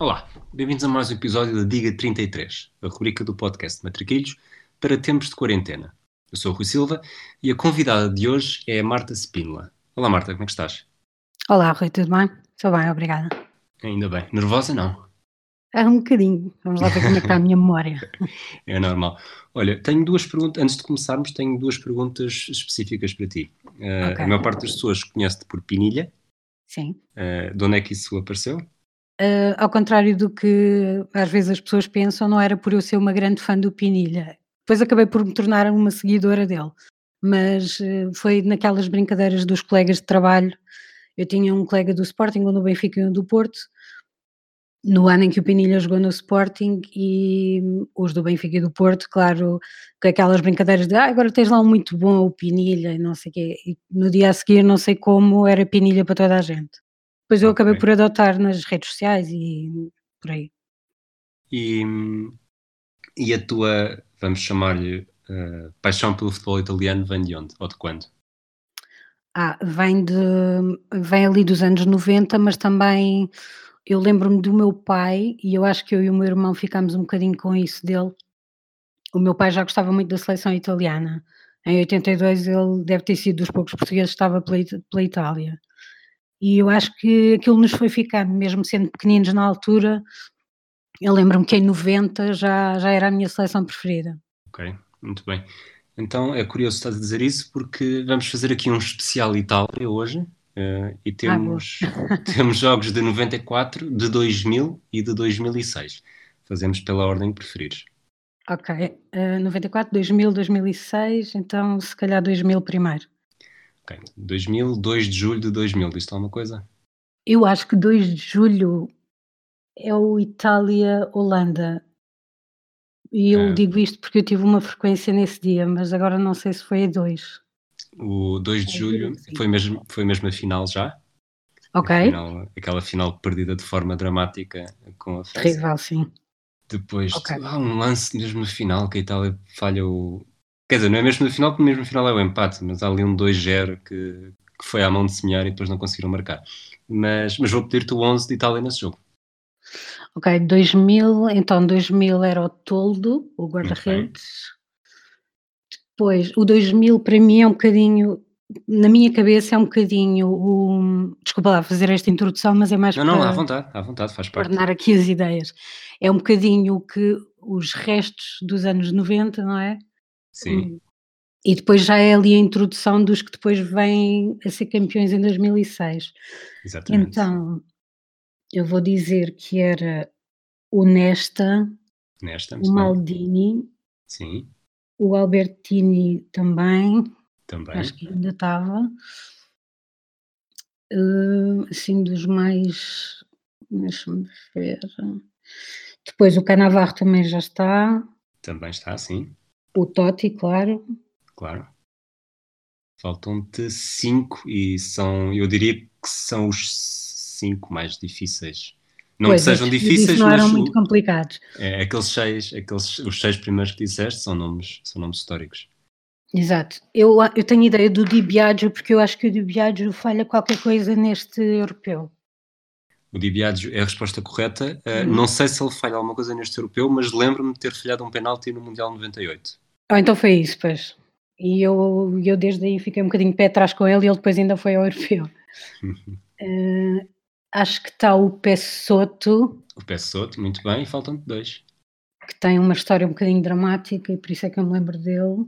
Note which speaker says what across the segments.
Speaker 1: Olá, bem-vindos a mais um episódio da Diga 33, a rubrica do podcast Matriquilhos para tempos de quarentena. Eu sou o Rui Silva e a convidada de hoje é a Marta Spínola. Olá Marta, como é que estás?
Speaker 2: Olá, Rui, tudo bem? Estou bem, obrigada.
Speaker 1: Ainda bem. Nervosa não?
Speaker 2: É um bocadinho, vamos lá ver como é que está a minha memória.
Speaker 1: É normal. Olha, tenho duas perguntas, antes de começarmos, tenho duas perguntas específicas para ti. Eh,
Speaker 2: Ok.
Speaker 1: A maior parte das pessoas conhece-te por Pinilha.
Speaker 2: Sim.
Speaker 1: Eh, de onde é que isso apareceu?
Speaker 2: Eh, ao contrário do que às vezes as pessoas pensam, não era por eu ser uma grande fã do Pinilha. Depois acabei por me tornar uma seguidora dele. Mas eh, foi naquelas brincadeiras dos colegas de trabalho. Eu tinha um colega do Sporting, um do Benfica e um do Porto. No ano em que o Pinilha jogou no Sporting e hum, os do Benfica e do Porto, claro, com aquelas brincadeiras de ah, agora tens lá um muito bom, o Pinilha, e não sei o quê. E no dia a seguir, não sei como, era Pinilha para toda a gente. Depois eu acabei
Speaker 1: Ok.
Speaker 2: por adotar nas redes sociais e hum, por aí.
Speaker 1: E, e a tua, vamos chamar-lhe, eh, paixão pelo futebol italiano vem de onde? Ou de quando?
Speaker 2: Ah, vem, de, vem ali dos anos 90, mas também eu lembro-me do meu pai, e eu acho que eu e o meu irmão ficámos um bocadinho com isso dele. O meu pai já gostava muito da seleção italiana. Em 82 ele deve ter sido dos poucos portugueses que estava pela, Ita- pela Itália. E eu acho que aquilo nos foi ficando, mesmo sendo pequeninos na altura. Eu lembro-me que em 90 já, já era a minha seleção preferida.
Speaker 1: Ok, muito bem. Então é curioso estás a dizer isso porque vamos fazer aqui um especial Itália hoje eh, e
Speaker 2: Ah, boa.
Speaker 1: temos, temos jogos de 94, de 2000 e de 2006. Fazemos pela ordem que preferires.
Speaker 2: Ok, eh, 94, 2000, 2006, então se calhar 2000 primeiro.
Speaker 1: Ok, 2000, 2 de julho de 2000, diz-te alguma coisa?
Speaker 2: Eu acho que 2 de julho é o Itália-Holanda. E eu
Speaker 1: É.
Speaker 2: digo isto porque eu tive uma frequência nesse dia, mas agora não sei se foi a 2.
Speaker 1: O 2 de
Speaker 2: Sim,
Speaker 1: julho
Speaker 2: É, sim.
Speaker 1: foi mesmo, foi mesmo a final já.
Speaker 2: Ok?
Speaker 1: A final- aquela final perdida de forma dramática com a França.
Speaker 2: Terrível, sim.
Speaker 1: Depois
Speaker 2: Ok.
Speaker 1: há um lance mesmo na final que a Itália falha o. Quer dizer, não é mesmo na final, porque mesmo na final é o empate, mas há ali um 2-0 que, que foi à mão de semear e depois não conseguiram marcar. Mas, mas vou pedir-te o 11 de Itália nesse jogo.
Speaker 2: Ok, 2000, então 2000 era o Toldo, o guarda-redes. Depois, o 2000 para mim é um bocadinho, na minha cabeça é um bocadinho o... Desculpa lá fazer esta introdução, mas é mais
Speaker 1: Não, não,
Speaker 2: para...
Speaker 1: à vontade, à vontade, faz parte.
Speaker 2: ordenar aqui as ideias. É um bocadinho o que os restos dos anos 90, não é?
Speaker 1: Sim,
Speaker 2: E depois já é ali a introdução dos que depois vêm a ser campeões em 2006.
Speaker 1: exatamente.
Speaker 2: Então, eu vou dizer que era o Nesta,
Speaker 1: Nesta,
Speaker 2: o
Speaker 1: muito bem.
Speaker 2: Maldini,
Speaker 1: Sim,
Speaker 2: o Albertini também,
Speaker 1: também.
Speaker 2: acho que ainda estava. Eh, assim, dos mais. Deixa-me ver. Depois o Canavarro também já está.
Speaker 1: Também está, sim,
Speaker 2: O Totti, claro.
Speaker 1: claro. Faltam-te 5 e são, eu diria que são os 5 mais difíceis. Não
Speaker 2: Pois,
Speaker 1: que sejam
Speaker 2: esses que eu
Speaker 1: difíceis,
Speaker 2: disse não
Speaker 1: mas
Speaker 2: eram
Speaker 1: o-
Speaker 2: muito complicados.
Speaker 1: É, aqueles seis, aqueles, os seis primeiros que disseste são nomes, são nomes históricos.
Speaker 2: Exato. Eu, a- eu tenho ideia do Di Biagio, porque eu acho que o Di Biagio falha qualquer coisa neste europeu.
Speaker 1: O Di Biagio é a resposta correta. Uh,
Speaker 2: Uhum.
Speaker 1: Não sei se ele falha alguma coisa neste europeu, mas lembro-me de ter falhado um penalti no Mundial 98.
Speaker 2: Ou então foi isso, pois. E eu, eu desde aí fiquei um bocadinho de pé atrás com ele e ele depois ainda foi ao europeu. Eh, acho que está o Pessoto,
Speaker 1: O pé Soto, muito bem, e faltam-te dois.
Speaker 2: que tem uma história um bocadinho dramática e por isso é que eu me lembro dele.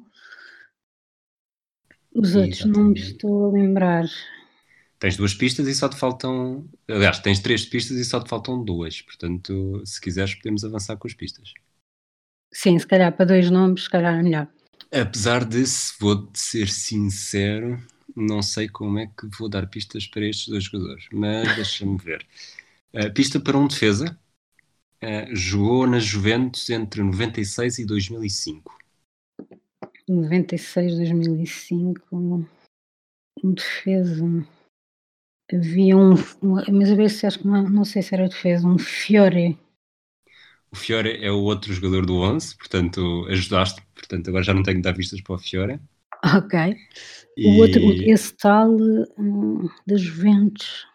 Speaker 2: Os outros não me
Speaker 1: Exatamente.
Speaker 2: estou a lembrar.
Speaker 1: Tens duas pistas e só te faltam. Aliás, tens três pistas e só te faltam duas. Portanto, se quiseres, podemos avançar com as pistas.
Speaker 2: Sim, se calhar para dois nomes, se calhar é melhor.
Speaker 1: Apesar de, se vou ser sincero, não sei como é que vou dar pistas para estes dois jogadores, mas deixa-me ver. Eh, pista para um defesa. Eh, jogou na Juventus entre 96 e 2005.
Speaker 2: 96, 2005, um defesa. Havia um, um- mas eu esse acho que não, não sei se era defesa, um Fiore.
Speaker 1: O Fiore é o outro jogador do 11, portanto ajudaste, portanto agora já não tenho de dar pistas para o Fiore.
Speaker 2: Ok.
Speaker 1: E
Speaker 2: O outro, o- esse tal hum, da Juventus.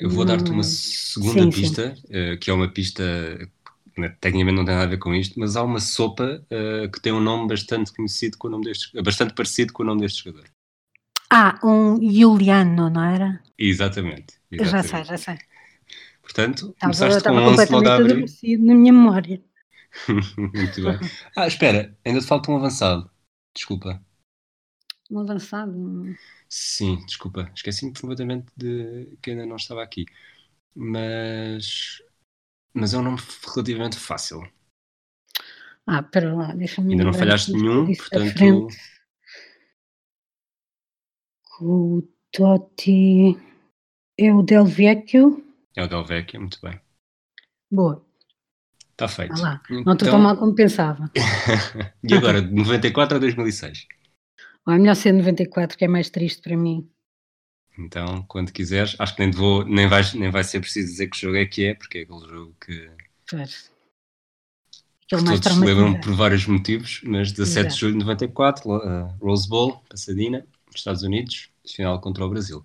Speaker 1: Eu vou dar-te uma segunda
Speaker 2: Sim, sim.
Speaker 1: pista, eh, que é uma pista que né, tecnicamente não tem nada a ver com isto, mas há uma sopa eh, que tem um nome bastante conhecido com o nome deste, bastante parecido com o nome deste jogador.
Speaker 2: Ah, um Juliano, não era?
Speaker 1: Exatamente.
Speaker 2: Eu já
Speaker 1: exatamente.
Speaker 2: sei, Tá, já sei.
Speaker 1: Portanto,
Speaker 2: Estava,
Speaker 1: começaste com
Speaker 2: estava
Speaker 1: 11 logo a
Speaker 2: completamente
Speaker 1: abrir.
Speaker 2: adormecido na minha memória.
Speaker 1: Muito bem. Ah, espera, ainda te falta um avançado. Desculpa.
Speaker 2: Um avançado. um-
Speaker 1: Sim, desculpa. Esqueci-me completamente de que ainda não estava aqui. Mas. Mas é um nome relativamente fácil.
Speaker 2: Ah, pera lá, deixa-me.
Speaker 1: Ainda não
Speaker 2: lembrar
Speaker 1: falhaste
Speaker 2: aqui
Speaker 1: nenhum,
Speaker 2: disso Hum, à
Speaker 1: portanto.
Speaker 2: frente. O Totti é o Del Vecchio.
Speaker 1: É o Del Vecchio, muito bem.
Speaker 2: Boa,
Speaker 1: Está feito.
Speaker 2: vá Tá lá.
Speaker 1: Então,
Speaker 2: Não estou tão mal como pensava.
Speaker 1: e agora, de 94 a 2006?
Speaker 2: Ou é melhor ser 94, que é mais triste para mim.
Speaker 1: Então, quando quiseres, acho que nem, te vou, nem, vais, nem vai ser preciso dizer que jogo é que é, porque é aquele jogo que,
Speaker 2: Pois.
Speaker 1: que
Speaker 2: Aquele mais
Speaker 1: todos se lembram
Speaker 2: traumatizado.
Speaker 1: por vários motivos, mas 17 de
Speaker 2: Exato.
Speaker 1: julho de 94, Lo- eh, Rose Bowl, Pasadena, Estados Unidos, final contra o Brasil.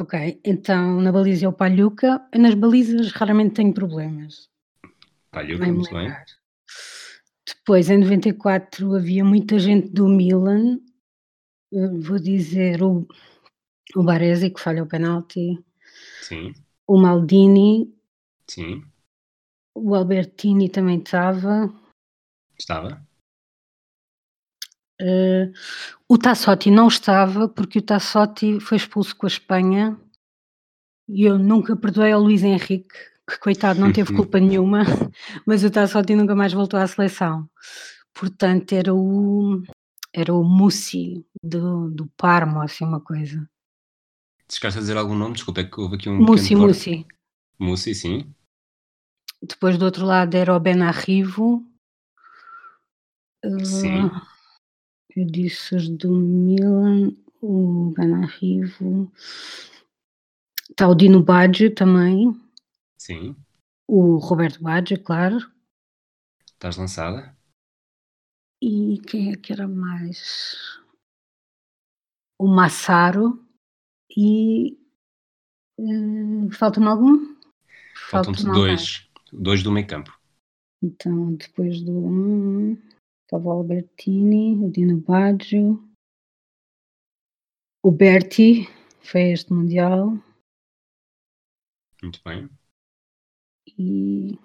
Speaker 2: Ok, então na baliza é o Palhuca. Eu Nas balizas raramente tenho problemas.
Speaker 1: Palhuca,
Speaker 2: Bem
Speaker 1: muito bem.
Speaker 2: lembrar. Depois, em 94, havia muita gente do Milan. Eh, Vou dizer o, o Baresi, que falha o penalti,
Speaker 1: Sim,
Speaker 2: o Maldini,
Speaker 1: sim,
Speaker 2: o Albertini também estava,
Speaker 1: estava.
Speaker 2: eh, o Tassotti não estava, porque o Tassotti foi expulso com a Espanha e eu nunca perdoei ao Luís Henrique, que coitado não teve culpa nenhuma, mas o Tassotti nunca mais voltou à seleção. Portanto, era o, era o Mussi do, do Parma, assim uma coisa.
Speaker 1: Chegaste a dizer algum nome? Desculpa, é que houve aqui um
Speaker 2: Mussi,
Speaker 1: pequeno corte.
Speaker 2: Mussi.
Speaker 1: Mussi, sim.
Speaker 2: Depois do outro lado era o Ben Arrivo.
Speaker 1: Sim.
Speaker 2: Ah, eu disse os do Milan, o Ben Arrivo. Está o Dino Baggio também,
Speaker 1: Sim.
Speaker 2: o Roberto Baggio, é claro.
Speaker 1: Estás lançada?
Speaker 2: E quem é que era mais? O Massaro. E eh, falta-me algum?
Speaker 1: Faltam-te
Speaker 2: Falta-me alguém.
Speaker 1: dois. Dois do meio campo.
Speaker 2: Então, depois do. Hum, estava o Albertini, o Dino Baggio, o Berti, foi este Mundial,
Speaker 1: Muito bem.
Speaker 2: e.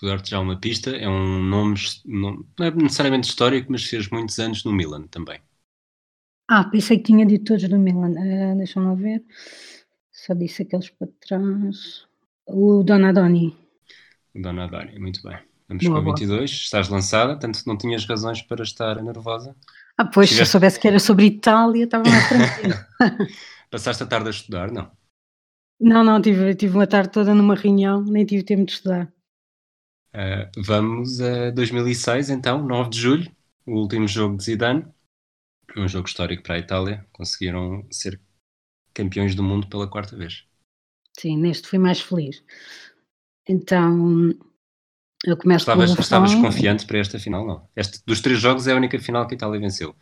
Speaker 1: Vou dar-te já uma pista. É um nome, his- não não é necessariamente histórico, mas fez muitos anos no Milan também.
Speaker 2: Ah, pensei que tinha dito todos do Milan, ah, deixa-me lá ver. Só disse aqueles para trás. O Donadoni.
Speaker 1: Dona Adária, muito bem. Vamos
Speaker 2: Boa,
Speaker 1: com
Speaker 2: boa.
Speaker 1: 22. Estás lançada, tanto não tinhas razões para estar nervosa.
Speaker 2: Ah, pois, se eu
Speaker 1: Tiveste-
Speaker 2: soubesse que era sobre Itália, estava mais tranquilo.
Speaker 1: Passaste a tarde a estudar? Não.
Speaker 2: não, não, tive, tive uma tarde toda numa reunião, nem tive tempo de estudar.
Speaker 1: Ah, vamos a 2006, então, 9 de julho, o último jogo de Zidane. Um jogo histórico para a Itália. Conseguiram ser campeões do mundo pela quarta vez.
Speaker 2: Sim, neste fui mais feliz. Então, eu começo
Speaker 1: Estavas,
Speaker 2: com o
Speaker 1: estavas
Speaker 2: Buffon.
Speaker 1: confiante para esta final, não? Este, dos três jogos é a única final que a Itália venceu.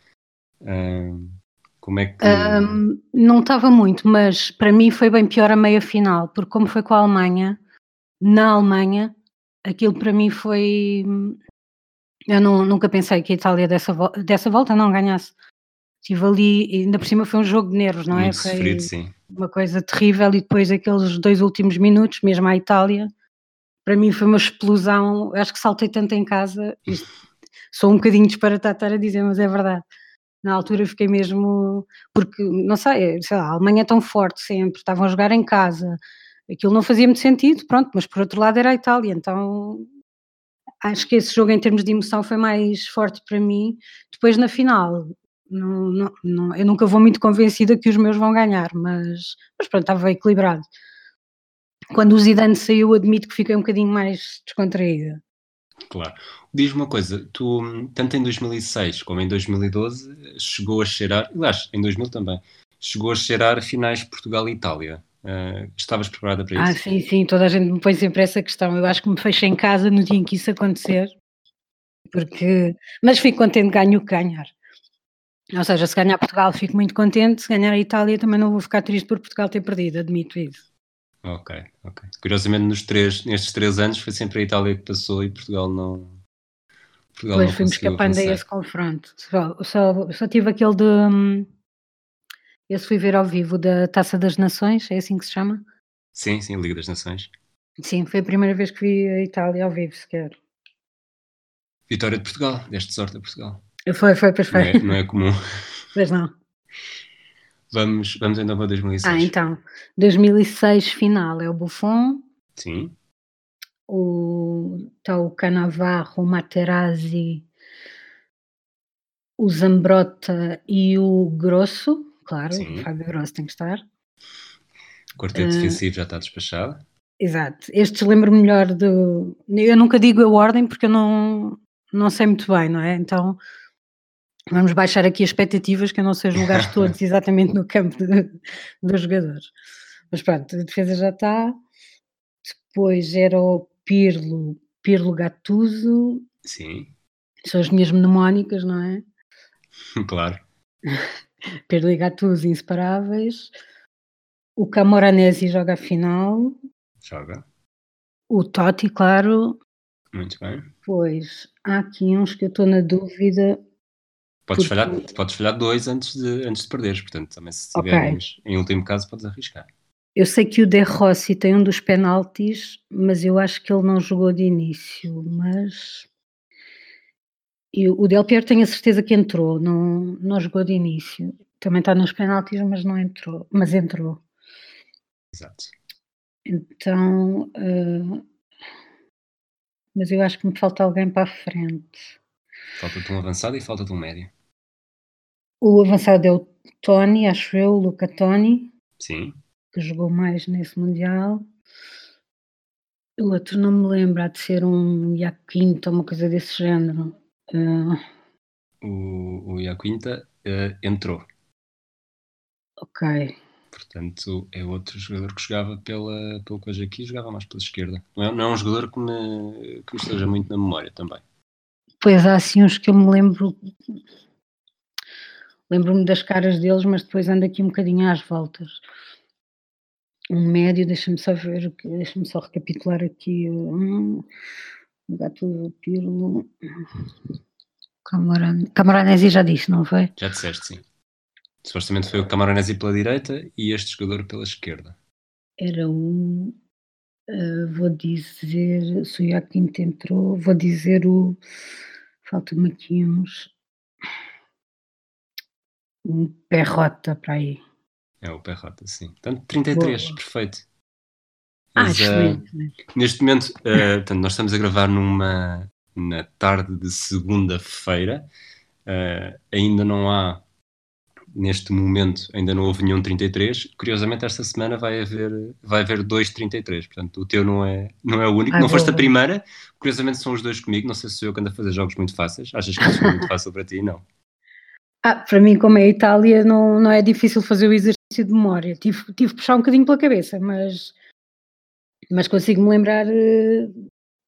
Speaker 1: Ahm, como é que.
Speaker 2: Ahm, Hum, não estava muito, mas para mim foi bem pior a meia final, porque como foi com a Alemanha, na Alemanha, aquilo para mim foi. hum, Eu nu- nunca pensei que a Itália dessa, vo- dessa volta não ganhasse. Estive ali, e ainda por cima foi um jogo de nervos, não é?
Speaker 1: muito
Speaker 2: Foi
Speaker 1: sofrido, sim.
Speaker 2: uma coisa terrível, e depois aqueles dois últimos minutos, mesmo à Itália, para mim foi uma explosão. Acho que saltei tanto em casa, isto- sou um bocadinho disparatada estar a dizer, mas é verdade. Na altura fiquei mesmo, porque não sei, sei lá, a Alemanha é tão forte sempre, estavam a jogar em casa, aquilo não fazia muito sentido, pronto, mas por outro lado era a Itália, então acho que esse jogo em termos de emoção foi mais forte para mim. Depois na final, não- não- não- eu nunca vou muito convencida que os meus vão ganhar, mas, mas pronto, estava equilibrado. Quando o Zidane saiu, admito que fiquei um bocadinho mais descontraída.
Speaker 1: Claro. Diz-me uma coisa, tu, hum, tanto em 2006 como em 2012, chegou a cheirar, aliás, em 2000 também, chegou a cheirar finais Portugal e Itália. Ah, estavas preparada para
Speaker 2: Ah,
Speaker 1: isso?
Speaker 2: sim, sim, toda a gente me põe sempre essa questão. Eu acho que me fecho em casa no dia em que isso acontecer, porque. Mas fico contente, ganho o que ganhar. Ou seja, se ganhar Portugal, fico muito contente, se ganhar a Itália, também não vou ficar triste por Portugal ter perdido, admito isso.
Speaker 1: Ok, ok. Curiosamente, nos três, nestes três anos foi sempre a Itália que passou e Portugal não. Portugal
Speaker 2: Depois
Speaker 1: não
Speaker 2: fomos
Speaker 1: conseguiu
Speaker 2: escapando a
Speaker 1: avançar.
Speaker 2: esse confronto. Só, só, só tive aquele de. hum, Esse fui ver ao vivo da Taça das Nações, é assim que se chama?
Speaker 1: Sim, sim, Liga das Nações.
Speaker 2: Sim, foi a primeira vez que vi a Itália ao vivo, sequer.
Speaker 1: Vitória de Portugal, deste sorte a Portugal.
Speaker 2: Foi, foi, pois
Speaker 1: Não
Speaker 2: foi.
Speaker 1: é, não é comum.
Speaker 2: Pois não.
Speaker 1: Vamos, vamos então para 2006.
Speaker 2: Ah, então. 2006 final é o Buffon,
Speaker 1: Sim,
Speaker 2: o, tá o Canavarro, o Materazzi, o Zambrota e o Grosso. Claro,
Speaker 1: Sim.
Speaker 2: o Fábio Grosso tem que estar.
Speaker 1: o quarteto
Speaker 2: Eh,
Speaker 1: defensivo já está despachado.
Speaker 2: Exato. Estes lembro-me melhor do. Eu nunca digo a ordem porque eu não, não sei muito bem, não é? Então vamos baixar aqui as expectativas que eu não sei os lugares todos exatamente no campo de- dos jogadores. Mas pronto, a defesa já está. Depois era o Pirlo, Pirlo Gattuso,
Speaker 1: Sim,
Speaker 2: são as minhas mnemónicas, não é?
Speaker 1: claro.
Speaker 2: Pirlo e Gattuso inseparáveis. O Camoranesi joga a final.
Speaker 1: Joga.
Speaker 2: O Totti, claro,
Speaker 1: Muito bem.
Speaker 2: Pois, há aqui uns que eu estou na dúvida.
Speaker 1: Podes
Speaker 2: Porque-
Speaker 1: falhar, podes falhar dois antes de, antes de perderes, portanto, também se
Speaker 2: Ok.
Speaker 1: tiveres em último caso, podes arriscar.
Speaker 2: Eu sei que o De Rossi tem um dos penaltis, mas eu acho que ele não jogou de início. Mas. E o Del Piero tenho a certeza que entrou, não, não jogou de início. Também está nos penaltis, mas não entrou. Mas entrou.
Speaker 1: Exato.
Speaker 2: Então. eh, Mas eu acho que me falta alguém para a frente.
Speaker 1: Falta-te um avançado e falta-te um médio.
Speaker 2: O avançado é o Tony, acho eu, o Luca Tony.
Speaker 1: Sim,
Speaker 2: que jogou mais nesse Mundial. O outro não me lembro, há de ser um Iaquinto ou uma coisa desse género. Ah,
Speaker 1: o, o Iaquinta eh, entrou.
Speaker 2: ok,
Speaker 1: Portanto, é outro jogador que jogava pela, pelo coisa aqui, jogava mais pela esquerda. Não é, não é um jogador que me, que me esteja muito na memória também.
Speaker 2: pois há assim uns que eu me lembro. Lembro-me das caras deles, mas depois ando aqui um bocadinho às voltas. Um médio, deixa-me só ver, o que- deixa-me só recapitular aqui. Hum, o gato Pirlo. Camarane- Camaranesi já disse, não foi?
Speaker 1: Já disseste, sim. Supostamente foi o Camaronesi pela direita e este jogador pela esquerda.
Speaker 2: era um. ah, vou dizer. Se o Iaquinto entrou, vou dizer o. Faltam-me aqui uns. Um perrota para aí.
Speaker 1: É o Perrota, sim. Portanto, 33,
Speaker 2: Boa.
Speaker 1: perfeito.
Speaker 2: Ah,
Speaker 1: Mas, eh,
Speaker 2: excelente. né?
Speaker 1: Neste momento, eh, portanto, nós estamos a gravar numa na tarde de segunda-feira. Eh, ainda não há, neste momento, ainda não houve nenhum 33. Curiosamente, esta semana vai haver, vai haver dois 33. Portanto, o teu não é, não é o único.
Speaker 2: Ah,
Speaker 1: não foste
Speaker 2: boa.
Speaker 1: a primeira. Curiosamente, são os dois comigo. Não sei se sou eu que ando a fazer jogos muito fáceis. Achas que isso foi muito fácil para ti? Não.
Speaker 2: Ah, para mim, como é a Itália, não, não é difícil fazer o exercício de memória. Tive, tive que puxar um bocadinho pela cabeça, mas. Mas consigo-me lembrar eh,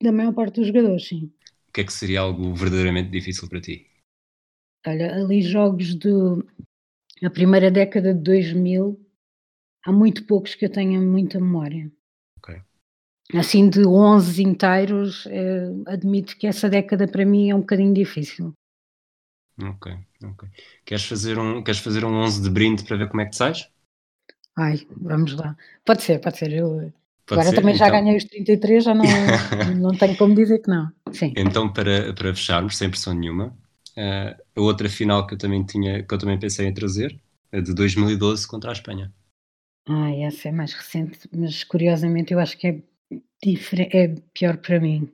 Speaker 2: da maior parte dos jogadores, sim.
Speaker 1: O que é que seria algo verdadeiramente difícil para ti?
Speaker 2: Olha, ali jogos do na primeira década de 2000, há muito poucos que eu tenha muita memória.
Speaker 1: Ok.
Speaker 2: Assim, de 11 inteiros, eh, admito que essa década para mim é um bocadinho difícil.
Speaker 1: Ok, ok. Queres fazer um, queres fazer um 11 de brinde para ver como é que te sais?
Speaker 2: Ai, vamos lá. Pode ser, pode ser. Eu,
Speaker 1: Pode
Speaker 2: agora
Speaker 1: ser?
Speaker 2: também já
Speaker 1: Então-
Speaker 2: ganhei os 33, já não, não tenho como dizer que não. Sim.
Speaker 1: Então, para, para fecharmos, sem pressão nenhuma, eh, a outra final que eu também tinha, que eu também pensei em trazer, é de 2012 contra a Espanha.
Speaker 2: Ai, essa é mais recente, mas curiosamente eu acho que é, difere- é pior para mim.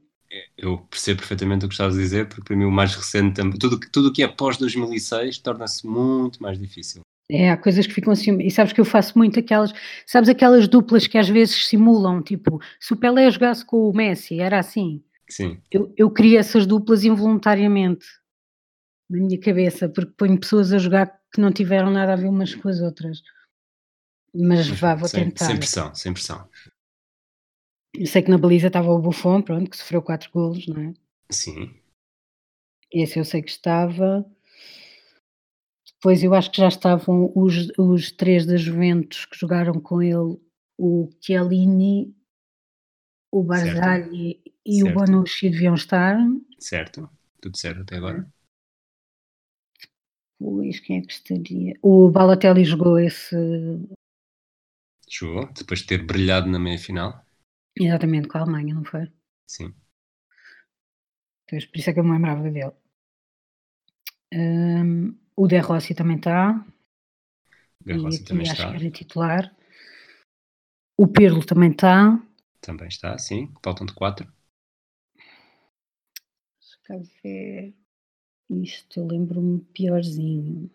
Speaker 1: Eu percebo perfeitamente o que estás a dizer, porque para mim o mais recente também, tudo o que- tudo o que é pós 2006 torna-se muito mais difícil.
Speaker 2: É, há coisas que ficam assim, e sabes que eu faço muito aquelas, sabes aquelas duplas que às vezes simulam, tipo, se o Pelé jogasse com o Messi, era assim.
Speaker 1: Sim,
Speaker 2: Eu, eu crio essas duplas involuntariamente na minha cabeça, porque ponho pessoas a jogar que não tiveram nada a ver umas com as outras. Mas vá, Ah, vou
Speaker 1: sem,
Speaker 2: tentar.
Speaker 1: sem pressão, sem pressão.
Speaker 2: Eu sei que na baliza estava o Buffon, pronto, que sofreu quatro golos, não é?
Speaker 1: Sim,
Speaker 2: Esse eu sei que estava. Depois eu acho que já estavam os, os três da Juventus que jogaram com ele o Chiellini, o Barzagli e
Speaker 1: Certo.
Speaker 2: o Bonucci deviam estar.
Speaker 1: Certo. Tudo certo até agora?
Speaker 2: Pois, quem é que estaria? O Balotelli jogou esse,
Speaker 1: Jogou. Depois de ter brilhado na meia final.
Speaker 2: exatamente, com a Alemanha, não foi?
Speaker 1: Sim.
Speaker 2: Pois, por isso é que eu me lembrava dele. Hum, o De Rossi também está.
Speaker 1: De Rossi
Speaker 2: e
Speaker 1: também
Speaker 2: aqui
Speaker 1: está.
Speaker 2: Acho que era titular. O Pirlo também está.
Speaker 1: Também está, sim. Faltam de quatro.
Speaker 2: Deixa eu ver. Isto eu lembro-me piorzinho.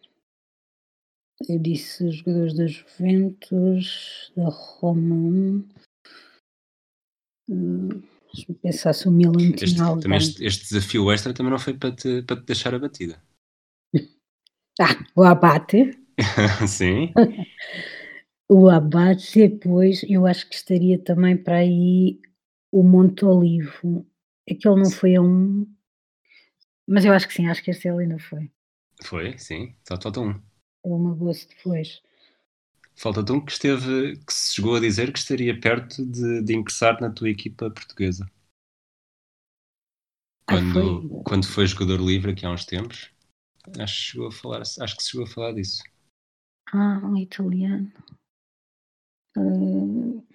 Speaker 2: Eu disse os jogadores da Juventus, da Roma 1. Hum, Deixa-me pensar se o Milan
Speaker 1: Este,
Speaker 2: tinha alguém.
Speaker 1: também este, este desafio extra também não foi para te, para te deixar abatida.
Speaker 2: Ah, o Abate.
Speaker 1: sim.
Speaker 2: O Abate, depois, eu acho que estaria também para aí o Monte Olivo. Aquele não foi a um. Mas eu acho que sim, acho que este ele ainda foi.
Speaker 1: Foi, sim. Só falta um.
Speaker 2: É uma gosto depois.
Speaker 1: Falta-te um que esteve, que se chegou a dizer que estaria perto de, de ingressar na tua equipa portuguesa.
Speaker 2: Ah,
Speaker 1: Quando,
Speaker 2: foi?
Speaker 1: quando foi jogador livre aqui há uns tempos, acho que, chegou a falar, acho que se chegou a falar disso.
Speaker 2: Ah, um italiano. Hum,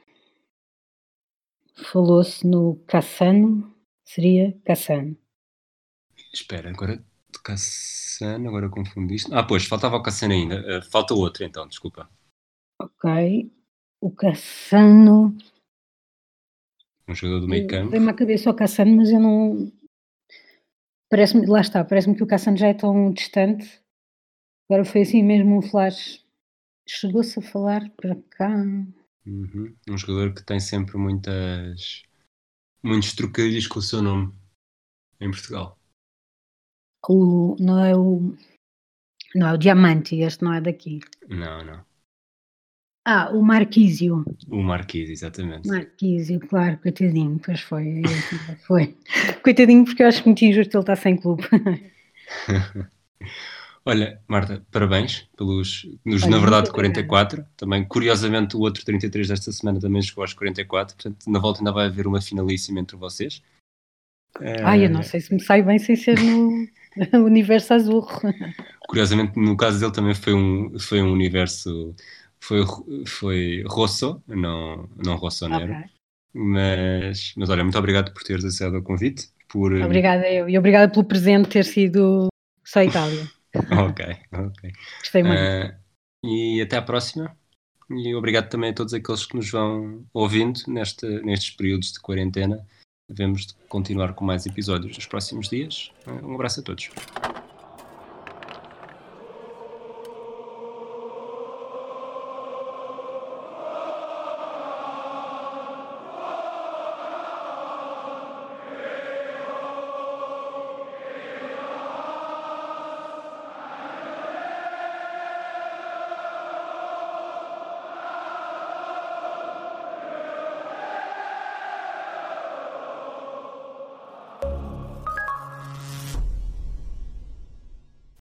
Speaker 2: Falou-se no Cassano, seria Cassano.
Speaker 1: Espera, agora de Cassano, agora confundiste. Ah, pois, faltava o Cassano ainda. Ah, falta outro então, desculpa.
Speaker 2: Ok. O Cassano.
Speaker 1: Um jogador do meio campo.
Speaker 2: Vem-me à cabeça o Cassano, mas eu não. Parece-me, lá está, parece-me que o Cassano já é tão distante. Agora foi assim mesmo um flash. Chegou-se a falar para cá.
Speaker 1: Uhum. Um jogador que tem sempre muitas. muitos trocadilhos com o seu nome em Portugal.
Speaker 2: O, não é o. Não é o Diamante, este não é daqui.
Speaker 1: Não, não.
Speaker 2: Ah, o Marquísio.
Speaker 1: O Marquise, exatamente.
Speaker 2: Marquísio, claro, coitadinho, pois foi. eu- foi. Coitadinho, porque eu acho muito injusto ele estar sem clube.
Speaker 1: Olha, Marta, parabéns pelos, nos,
Speaker 2: Olha,
Speaker 1: na verdade,
Speaker 2: muito
Speaker 1: 44. Também, curiosamente, o outro 33 desta semana também chegou aos 44. Portanto, na volta ainda vai haver uma finalíssima entre vocês. Eh,
Speaker 2: Ai, eu não sei se me sai bem sem ser no universo azul.
Speaker 1: Curiosamente, no caso dele também foi um, foi um universo. Foi, foi Rosso, não, não Rossonero.
Speaker 2: Ok.
Speaker 1: Mas, mas olha, muito obrigado por teres aceito ao convite. Por, eh,
Speaker 2: Obrigada eu e obrigada pelo presente ter sido só a Itália.
Speaker 1: Ok, ok.
Speaker 2: Gostei muito.
Speaker 1: Eh, e até à próxima. E obrigado também a todos aqueles que nos vão ouvindo neste, nestes períodos de quarentena. Devemos de continuar com mais episódios nos próximos dias. Um abraço a todos.